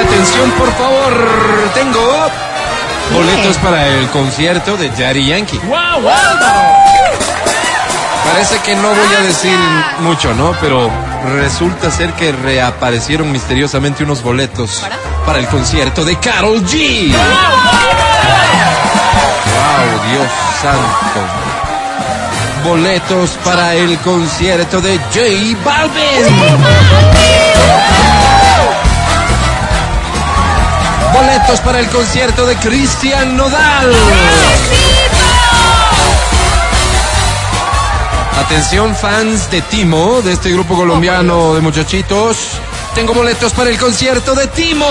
atención, por favor. Tengo boletos para el concierto de Daddy Yankee. ¡Wow! wow. Parece que no voy a decir mucho, ¿no? Pero resulta ser que reaparecieron misteriosamente unos boletos ¿Para? para el concierto de Carol G. ¡Wow, Dios santo! Boletos para el concierto de J Balvin. Boletos para el concierto de Cristian Nodal. Atención fans de Timo, de este grupo colombiano de muchachitos. Tengo boletos para el concierto de Timo.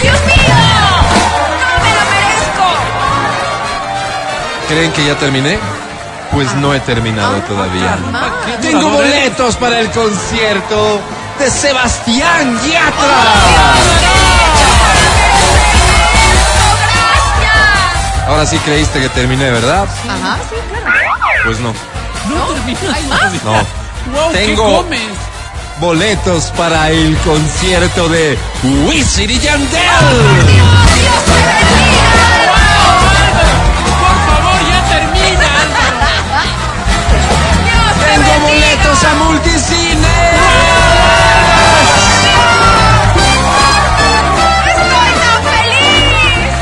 ¡Dios mío! ¡No me lo merezco! ¿Creen que ya terminé? Pues no he terminado todavía. Tengo boletos para el concierto de Sebastián Yatra. ¡Gracias! Ahora sí creíste que terminé, ¿verdad? Ajá, sí, claro. Pues no. No terminas. No. Wow, ¿qué Tengo- comes? Boletos para el concierto de Wisin y Yandel. ¡Dios te bendiga! Por favor, ya termina. ¡Dios te Tengo bendiga! boletos a Multicine. ¡Estoy tan feliz!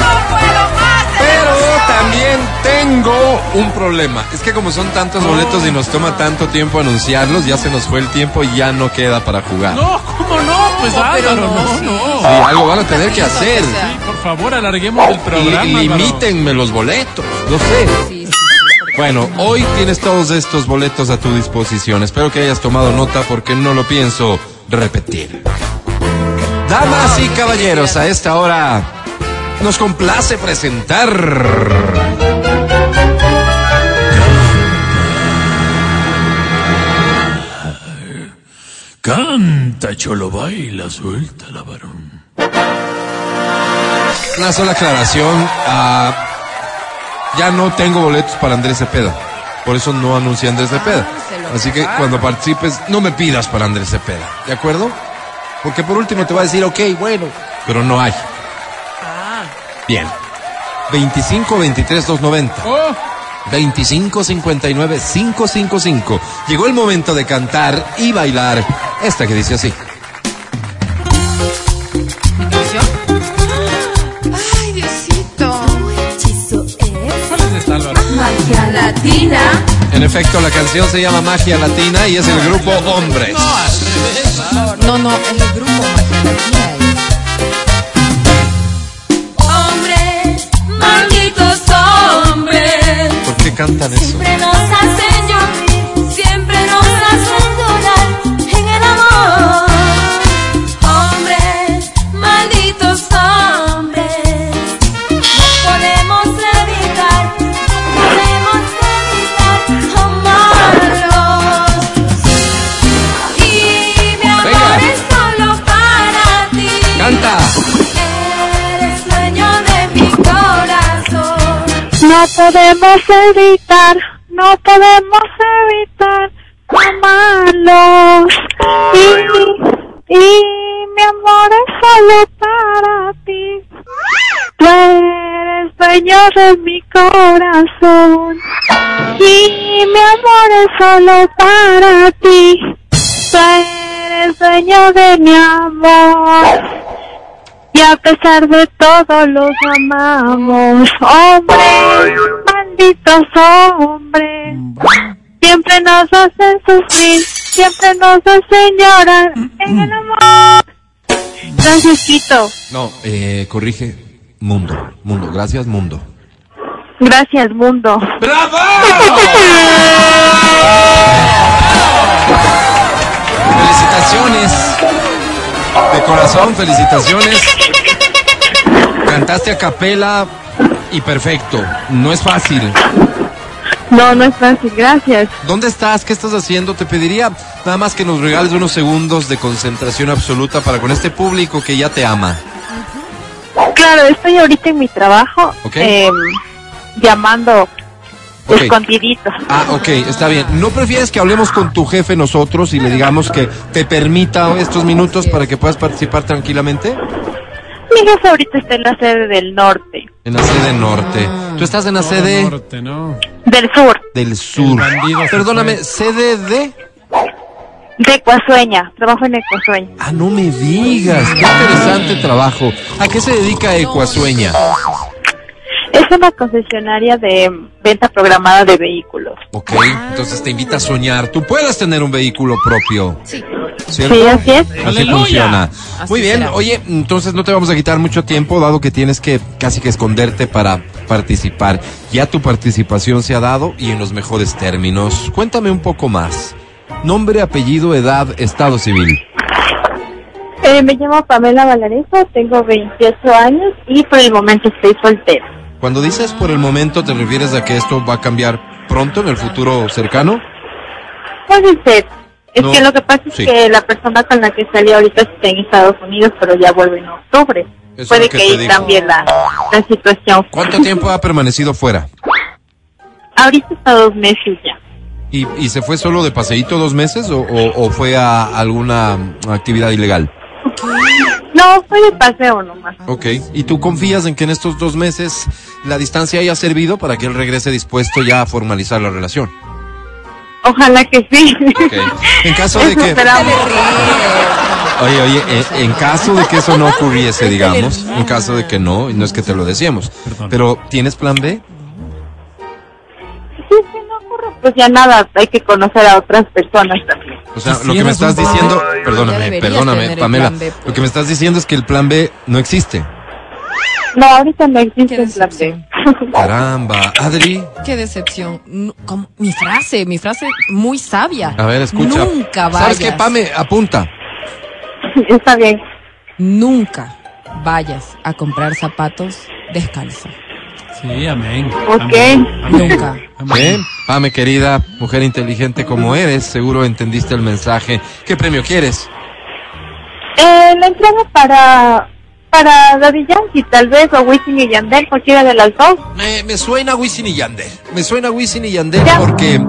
¡No puedo más! de Pero emoción. también tengo un problema. Es que como son tantos boletos y nos toma tanto tiempo anunciarlos, ya se nos fue el tiempo y ya no queda para jugar. No, ¿cómo no? Pues Álvaro, no, no. Sí, algo van a tener que Ratito, hacer. o sea. Por favor, alarguemos el programa. Li- Álvaro. Limítenme los boletos. No sé. Sí, sí. Bueno, hoy tienes todos estos boletos a tu disposición. Espero que hayas tomado nota porque no lo pienso repetir. Damas y caballeros, a esta hora nos complace presentar. Canta, cholo, baila, suelta la varón. Una sola aclaración. ah, ya no tengo boletos para Andrés Cepeda. Por eso no anuncié a Andrés Cepeda. Ah, se lo Así que cuando participes, no me pidas para Andrés Cepeda. ¿De acuerdo? Porque por último te va a decir, ok, bueno. Pero no hay. Ah. Bien. 25 23 290. Oh, 25 59 555. Llegó el momento de cantar y bailar esta que dice así. ¡Ay, Diosito! Hechizo es ¿cuál es esta, Álvaro? magia latina. En efecto, la canción se llama Magia Latina y es el grupo Hombres. No, no, es el grupo Magia Latina. Hombres, malditos hombres, ¿Por qué cantan eso? siempre nos hacen llorar, siempre nos hacen llorar en el amor. Hombres, malditos hombres, no podemos evitar, no podemos evitar amarlos. Y mi amor Venga. es solo para ti. ¡Canta! Eres dueño de mi corazón. No podemos evitar, no podemos evitar amarlos. Y, y mi amor es solo para ti. Tú eres dueño de mi corazón. Y mi amor es solo para ti. Tú eres dueño de mi amor. Y a pesar de todo los amamos, hombres, malditos hombres. Siempre nos hacen sufrir, siempre nos hacen llorar en el amor. Francisquito, No, eh, corrige. Mundo, mundo, gracias, mundo. gracias mundo. ¡Bravo! Felicitaciones. De corazón, felicitaciones. Cantaste a capela y perfecto. No es fácil. No, no es Francis, gracias. ¿Dónde estás? ¿Qué estás haciendo? Te pediría nada más que nos regales unos segundos de concentración absoluta para con este público que ya te ama. Claro, estoy ahorita en mi trabajo Ok. em, llamando Ok. Escondidito. Ah, ok, está bien. ¿No prefieres que hablemos con tu jefe nosotros y le digamos que te permita estos minutos para que puedas participar tranquilamente? Mi jefe ahorita está en la sede del norte, En la sede norte. Tú estás en la sede Norte, ¿no? del sur, del sur. bandido se Perdóname, sede de... de Cuasueña. Trabajo en Ecuasueña. Ah, no me digas. Qué interesante trabajo. ¿A qué se dedica Ecuasueña? Es una concesionaria de mm, venta programada de vehículos. Ok, entonces te invita a soñar. Tú puedas tener un vehículo propio. Sí. ¿Cierto? Sí, así es. Así ¡Aleluya! funciona. Así Muy bien, será. oye, entonces no te vamos a quitar mucho tiempo, dado que tienes que casi que esconderte para participar. Ya tu participación se ha dado y en los mejores términos. Cuéntame un poco más. Nombre, apellido, edad, estado civil. Eh, me llamo Pamela Valarizo, tengo 28 años y por el momento estoy soltera. Cuando dices por el momento, ¿te refieres a que esto va a cambiar pronto, en el futuro cercano? Puede ser. Pues, Es No. que lo que pasa es Sí. que la persona con la que salí ahorita está en Estados Unidos, pero ya vuelve en octubre. Eso es Puede lo que que, te ahí digo. cambie la, la situación. ¿Cuánto tiempo ha permanecido fuera? Ahorita está dos meses ya. ¿Y, y se fue solo de paseíto dos meses o, o- o fue a alguna actividad ilegal? No, fue de paseo nomás. Ok. ¿Y tú confías en que en estos dos meses la distancia haya servido para que él regrese dispuesto ya a formalizar la relación? Ojalá que sí. Ok. En caso de Eso que... esperamos. Oye, oye, eh, en caso de que eso no ocurriese, digamos, en caso de que no, y no es que te lo deseemos, pero ¿tienes plan B? Sí, sí, no ocurre. Pues ya nada, hay que conocer a otras personas también. O sea, lo que me estás diciendo, perdóname, deberías tener perdóname, el Pamela, plan B, pues. lo que me estás diciendo es que el plan B no existe. No, ahorita no existe Qué el plan B. Caramba, Adri, Qué decepción. No, ¿cómo? Mi frase, mi frase muy sabia. a ver, escucha. Nunca vayas. ¿Sabes qué, Pame? Apunta. Está bien. Nunca vayas a comprar zapatos descalza. Sí, amén. Ok. Amén, amén, Nunca. ¿Eh? amén. Pame, querida, mujer inteligente como eres, seguro entendiste el mensaje. ¿Qué premio quieres? Eh, la entrada para para Daddy Yankee, tal vez, o Wisin y Yandel, cualquiera de las dos. Me, me suena Wisin y Yandel. Me suena Wisin y Yandel Ya. porque,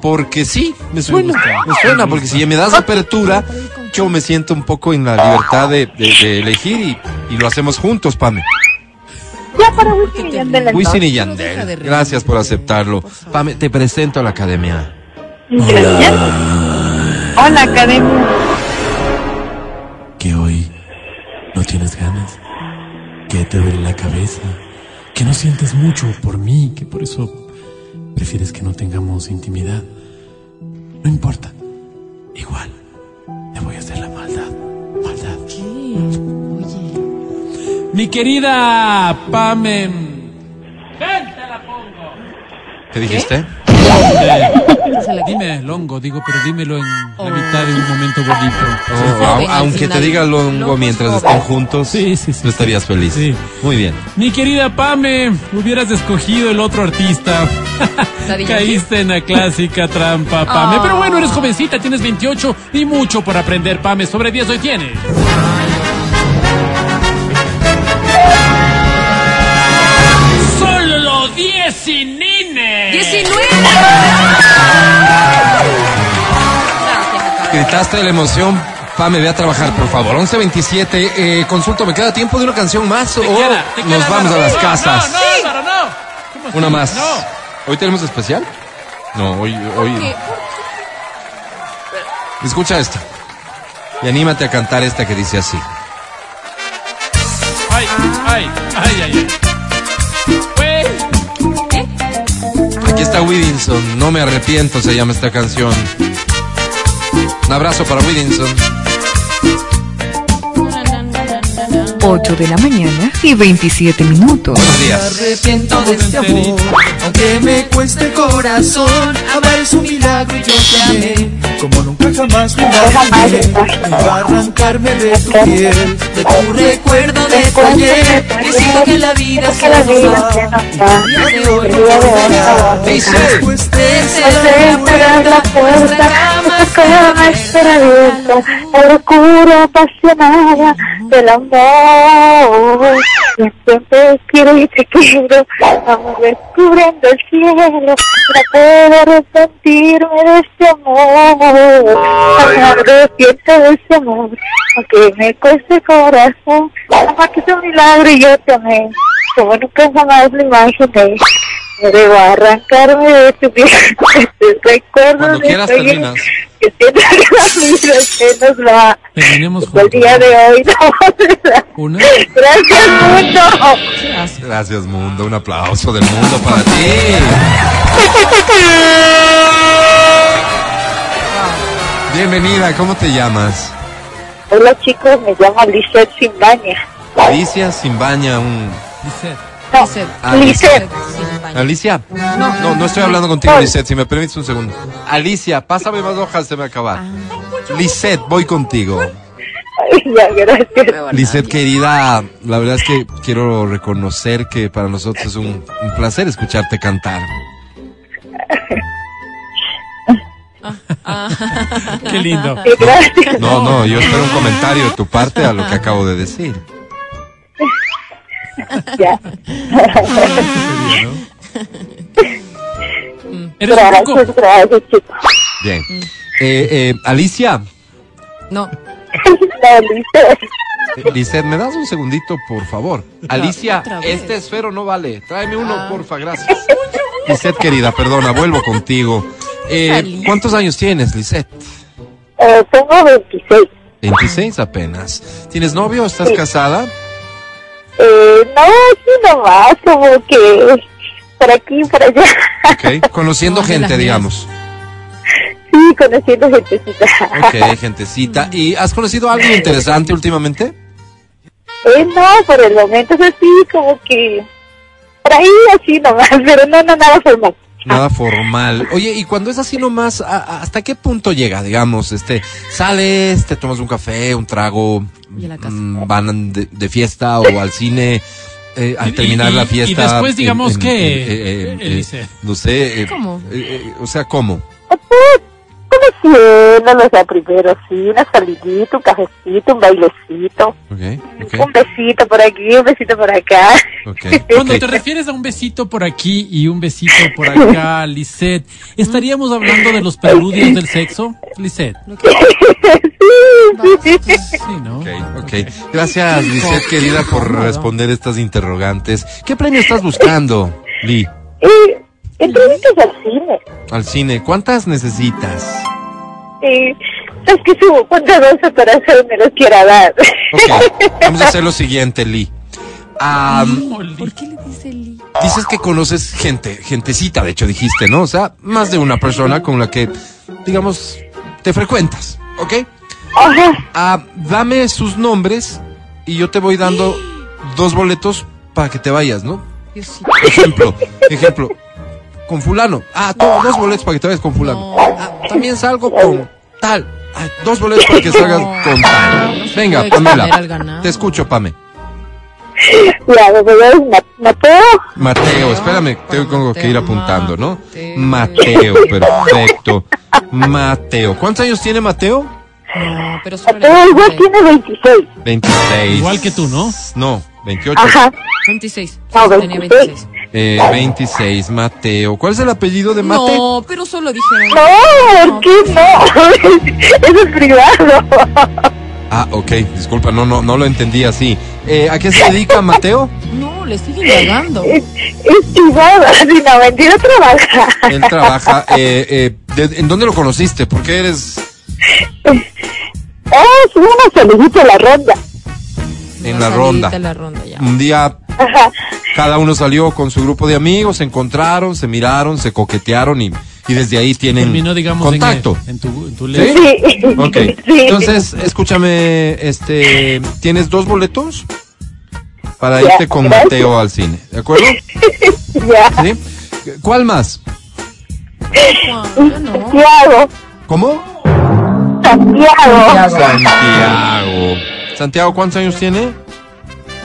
porque sí, me suena. gusta, Me suena, porque si me das apertura, yo me siento un poco en la libertad de, de- de elegir y, y lo hacemos juntos, Pame. Ya para Wisin y Yandel, entonces. Wisin y Pero deja de Yandel, reírte, gracias por aceptarlo. por favor. Pame, te presento a la academia. Gracias. Hola, academia. que hoy no tienes ganas, que te duele la cabeza, que no sientes mucho por mí, que por eso prefieres que no tengamos intimidad. No importa, igual te voy a hacer la maldad, maldad. Mi querida Pame. ¿Qué dijiste? Dime, Longo, digo, pero dímelo en la mitad de un momento bonito. Oh, joven, a- al aunque te final. diga longo Locos mientras jóvenes. estén juntos, Sí, sí, sí, tú estarías feliz. Sí. Muy bien. Mi querida Pame, hubieras escogido el otro artista. Daddy Yankee. Caíste en la clásica trampa, Pame. Pero bueno, eres jovencita, tienes 28 y mucho por aprender, Pame. Sobre 10 hoy tienes. Solo 10 sin INE. 19. Gritaste de la emoción. Pame, ve a trabajar, por favor. 11.27. Eh, consulta, ¿me queda tiempo de una canción más o Te queda, te queda, Oh, nos vamos Álvaro. a las No, casas? No, no, Álvaro, no. ¿Cómo así? Una más. No. ¿Hoy tenemos especial? No, hoy... hoy... Escucha esta. Y anímate a cantar esta que dice así. Ay, ay, ay, ay. ay. Güey. Aquí está Whittinson. No me arrepiento se llama esta canción. Un abrazo para Whittinson. 8 de la mañana y 27 minutos. Buenos días. arrepiento de este amor, aunque me cueste el corazón, amar es un milagro y yo te amé, como nunca jamás me imaginé, iba a arrancarme de tu piel, de tu recuerdo de tu ayer, y siento que la vida se nos va, el día de hoy no llegará. Dice. Después de cerrar la puerta, nuestra la puerta, cama nuestra cama estará estará abierta, la locura apasionada del amor. Siempre te quiero y te quiero. Vamos descubriendo el cielo para poder arrepentirme de este amor. Amor, despierta de este amor. Aunque me cueste el corazón. Amor, que es un milagro y yo te amé. Como nunca jamás lo imaginé. Me debo arrancarme de tu piel. Recuerdo Cuando de quieras aquel terminas. que tiene las mismas que nos va. Terminemos El juntos. día de hoy no. Una. Gracias mucho. Gracias, mundo. Un aplauso del mundo para ti. Bienvenida, ¿cómo te llamas? Hola chicos, me llamo Lisette Simbaña. Alicia Simbaña, un... No, Lisette. Ah, Lisette. Alicia, no, no, estoy hablando contigo, Lisette, si me permites un segundo. Alicia, pásame más hojas, se me acaba. Lisette, voy contigo. Ay, ya, gracias. Lisette, querida, la verdad es que quiero reconocer que para nosotros es un, un placer escucharte cantar. Qué lindo. Sí, gracias. No, no, yo espero un comentario de tu parte a lo que acabo de decir. Ya. Eres un poco... Gracias, gracias chicos. Bien. Eh, eh, Alicia, No, No, Lisette. Lisette, ¿me das un segundito, por favor? Alicia, otra vez. Ah. este esfero no vale. Tráeme uno, porfa, gracias. Lisette, querida, perdona, vuelvo contigo. Eh, Alicia. ¿Cuántos años tienes, Lisette? Eh, tengo 26. 26 apenas. ¿Tienes novio? ¿Estás Sí. casada? Eh, no, aquí nomás, como que por aquí, por allá. Ok. Conociendo No, de las gente, mías. digamos. Sí, conociendo gentecita. Ok, gentecita. ¿Y has conocido a alguien interesante últimamente? Eh, no, por el momento es así, como que por ahí así nomás, pero no, no, nada formal. Ah, Nada formal. Oye, y cuando es así nomás, ¿a- a- ¿hasta qué punto llega? Digamos, este, sales, te tomas un café, un trago, Y a la casa. mm, van de, de fiesta o al cine, eh, al Y- terminar y- la y fiesta. después, digamos, ¿qué, eh, eh, eh, Elise? no sé. eh, ¿Cómo? eh, eh, o sea, ¿cómo? Conociendo, o sea, primero sí, una salidita, un cafecito, un bailecito, Ok, ok, un besito por aquí, un besito por acá. ok. Cuando te ok. refieres a un besito por aquí y un besito por acá, Lisette, ¿estaríamos hablando de los preludios del sexo, Lisette? sí, sí, sí. Sí, ¿no? Ok, ok. Gracias, Lisette, querida, por responder estas interrogantes. ¿Qué premio estás buscando, Lee? Y Eh, entrevistas al cine. Al cine. ¿Cuántas necesitas? Y Eh, es que subo cuántas veces para hacer me lo quiera dar. Ok, vamos a hacer lo siguiente, Lee. Am, Oli. ¿por qué le dice Lee? dices que conoces gente, gentecita, de hecho dijiste, ¿no? O sea, más de una persona con la que, digamos, te frecuentas, ¿ok? Ajá. Ah, dame sus nombres y yo te voy dando dos boletos para que te vayas, ¿no? Yo sí. Ejemplo, ejemplo, con fulano. Ah, to- dos boletos para que te vayas con fulano. Ah, también salgo con tal. Ah, dos boletos para que salgas con tal. Venga, puede exponer al Pamela. ganado. Te escucho, Pame. Ya, me voy a ma- Mateo. Mateo, espérame, para tengo que Mateo. ir apuntando, ¿no? Mateo. Mateo, perfecto. Mateo. ¿Cuántos años tiene Mateo? No, pero solo le Mateo igual dice Eh, tiene 26. 26. Igual que tú, ¿no? No, 28. Ajá. 26. No, Tenía 26. Eh, 26, Mateo. ¿Cuál es el apellido de Mateo? No, pero solo dijeron. No, ¿por qué no? Eso es privado. Ah, ok, disculpa, no, no, no lo entendí así. Eh, ¿A qué se dedica Mateo? No, le siguen pagando. Es, es privado. Si no, mentira, trabaja. Él trabaja. eh, eh, de- ¿En dónde lo conociste? Porque eres Ah, sí, una salidita a la ronda. en la ronda. La ronda ya. Mm. Un día cada uno salió con su grupo de amigos, se encontraron, se miraron, se coquetearon y, y desde ahí tienen Terminó, digamos, en- contacto. En, tu, en tu ¿Sí? ley. Sí. Ok. Sí. Entonces, escúchame, este, ¿tienes dos boletos? Para Ya, irte con gracias. Mateo al cine, ¿de acuerdo? Ya. ¿Sí? ¿Cuál más? Juan, yo no. Santiago. ¿Cómo? Santiago. Santiago. Santiago, ¿cuántos años tiene?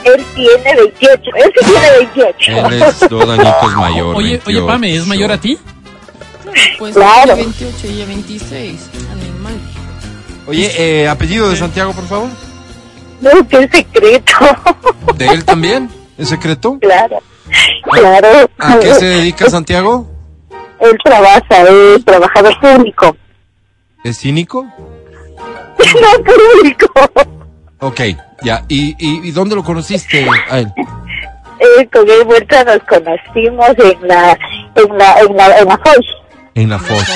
Él tiene 28. Él sí tiene 28. Él es dos añitos mayor. Oye, oye, 28. Pame, ¿es mayor a ti? Pues Claro. tiene 28 y ella 26. Animal. Oye, eh, apellido de Santiago, por favor. No, es el secreto. ¿De él también? ¿Es secreto? claro. Claro. ¿A qué se dedica Santiago? Él trabaja, es trabajador público. ¿Es cínico? No público. Ok, ya. ¿Y, y, y dónde lo conociste a él? Eh, con él vuelta nos conocimos en la, en la, en la, en la Foy. En la Foz.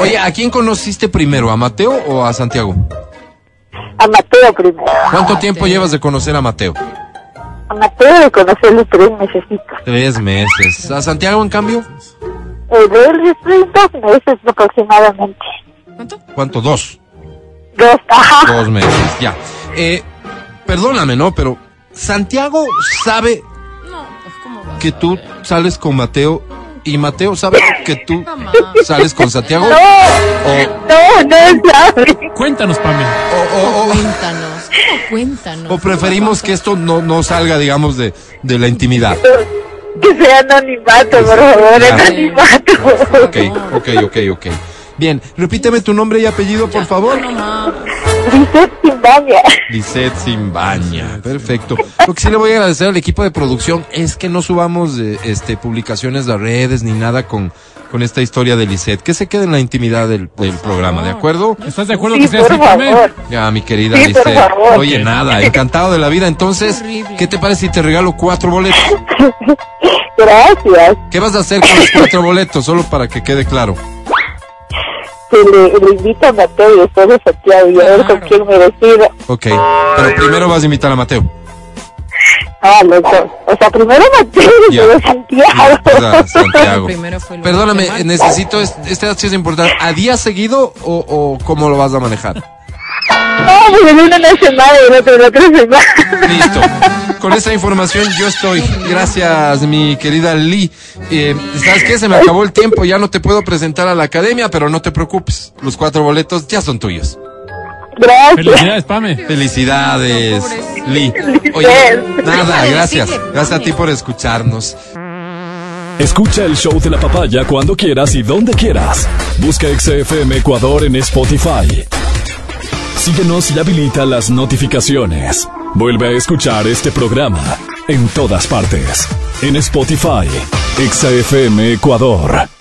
Oye, ¿a quién conociste primero? ¿A Mateo o a Santiago? A Mateo primero. ¿Cuánto tiempo llevas de conocer a Mateo? A Mateo de conocerlo tres necesita. Tres meses. ¿A Santiago, en cambio? El de él es tres, dos meses aproximadamente. ¿Cuánto? ¿Cuánto? Dos. Dos, ajá. Dos meses, ya. Eh, perdóname, ¿no? Pero Santiago sabe No, pues cómo va. que tú sales con Mateo y Mateo sabe que tú Jamás. sales con Santiago. O, No, no sabe. Cuéntanos, Pamela. o- o- o- Cuéntanos. ¿Cómo cuéntanos? o preferimos que esto no, no salga, digamos, de, de la intimidad. Que sea anonimato, por favor, Ya. anonimato. Ok, ok, ok, ok. Bien, repíteme tu nombre y apellido, por favor. No, ma. Dice Timbaña. Lisette Simbaña. Perfecto. Lo que sí le voy a agradecer al equipo de producción es que no subamos eh, este publicaciones a redes ni nada con, con esta historia de Lisette. Que se quede en la intimidad del, del programa, ¿de acuerdo? ¿Estás de acuerdo Sí, que sea así, por Pamela? favor. Ya, mi querida Sí, por Lisette. favor. Oye, nada, encantado de la vida. Entonces, Horrible. ¿qué te parece si te regalo cuatro boletos? Gracias. ¿Qué vas a hacer con los cuatro boletos? Solo para que quede claro. Que le, le invito a Mateo y después a Santiago y a ver con Claro. quién me decido. Ok, pero primero vas a invitar a Mateo. Ah, los dos. O sea, primero Mateo y Oh. Ya. luego Santiago. Perdón, Santiago. Primero fue lo Perdóname, lo eh, mal. necesito es- este dato sí es importante. ¿A día seguido o, o cómo lo vas a manejar? No, pues en una una semana y en otra en otra semana. Listo. Con esta información yo estoy. Gracias, mi querida Lee. Eh, ¿Sabes qué? Se me acabó el tiempo. Ya no te puedo presentar a la academia, pero no te preocupes. Los cuatro boletos ya son tuyos. Gracias. Felicidades, Pame. Felicidades, Pobrecito. Lee. Oye, Felicidades. nada, gracias. Decirle, Gracias a mami. ti por escucharnos. Escucha el show de la papaya cuando quieras y donde quieras. Busca XFM Ecuador en Spotify. Síguenos y habilita las notificaciones. Vuelve a escuchar este programa en todas partes. En Spotify, XFM Ecuador.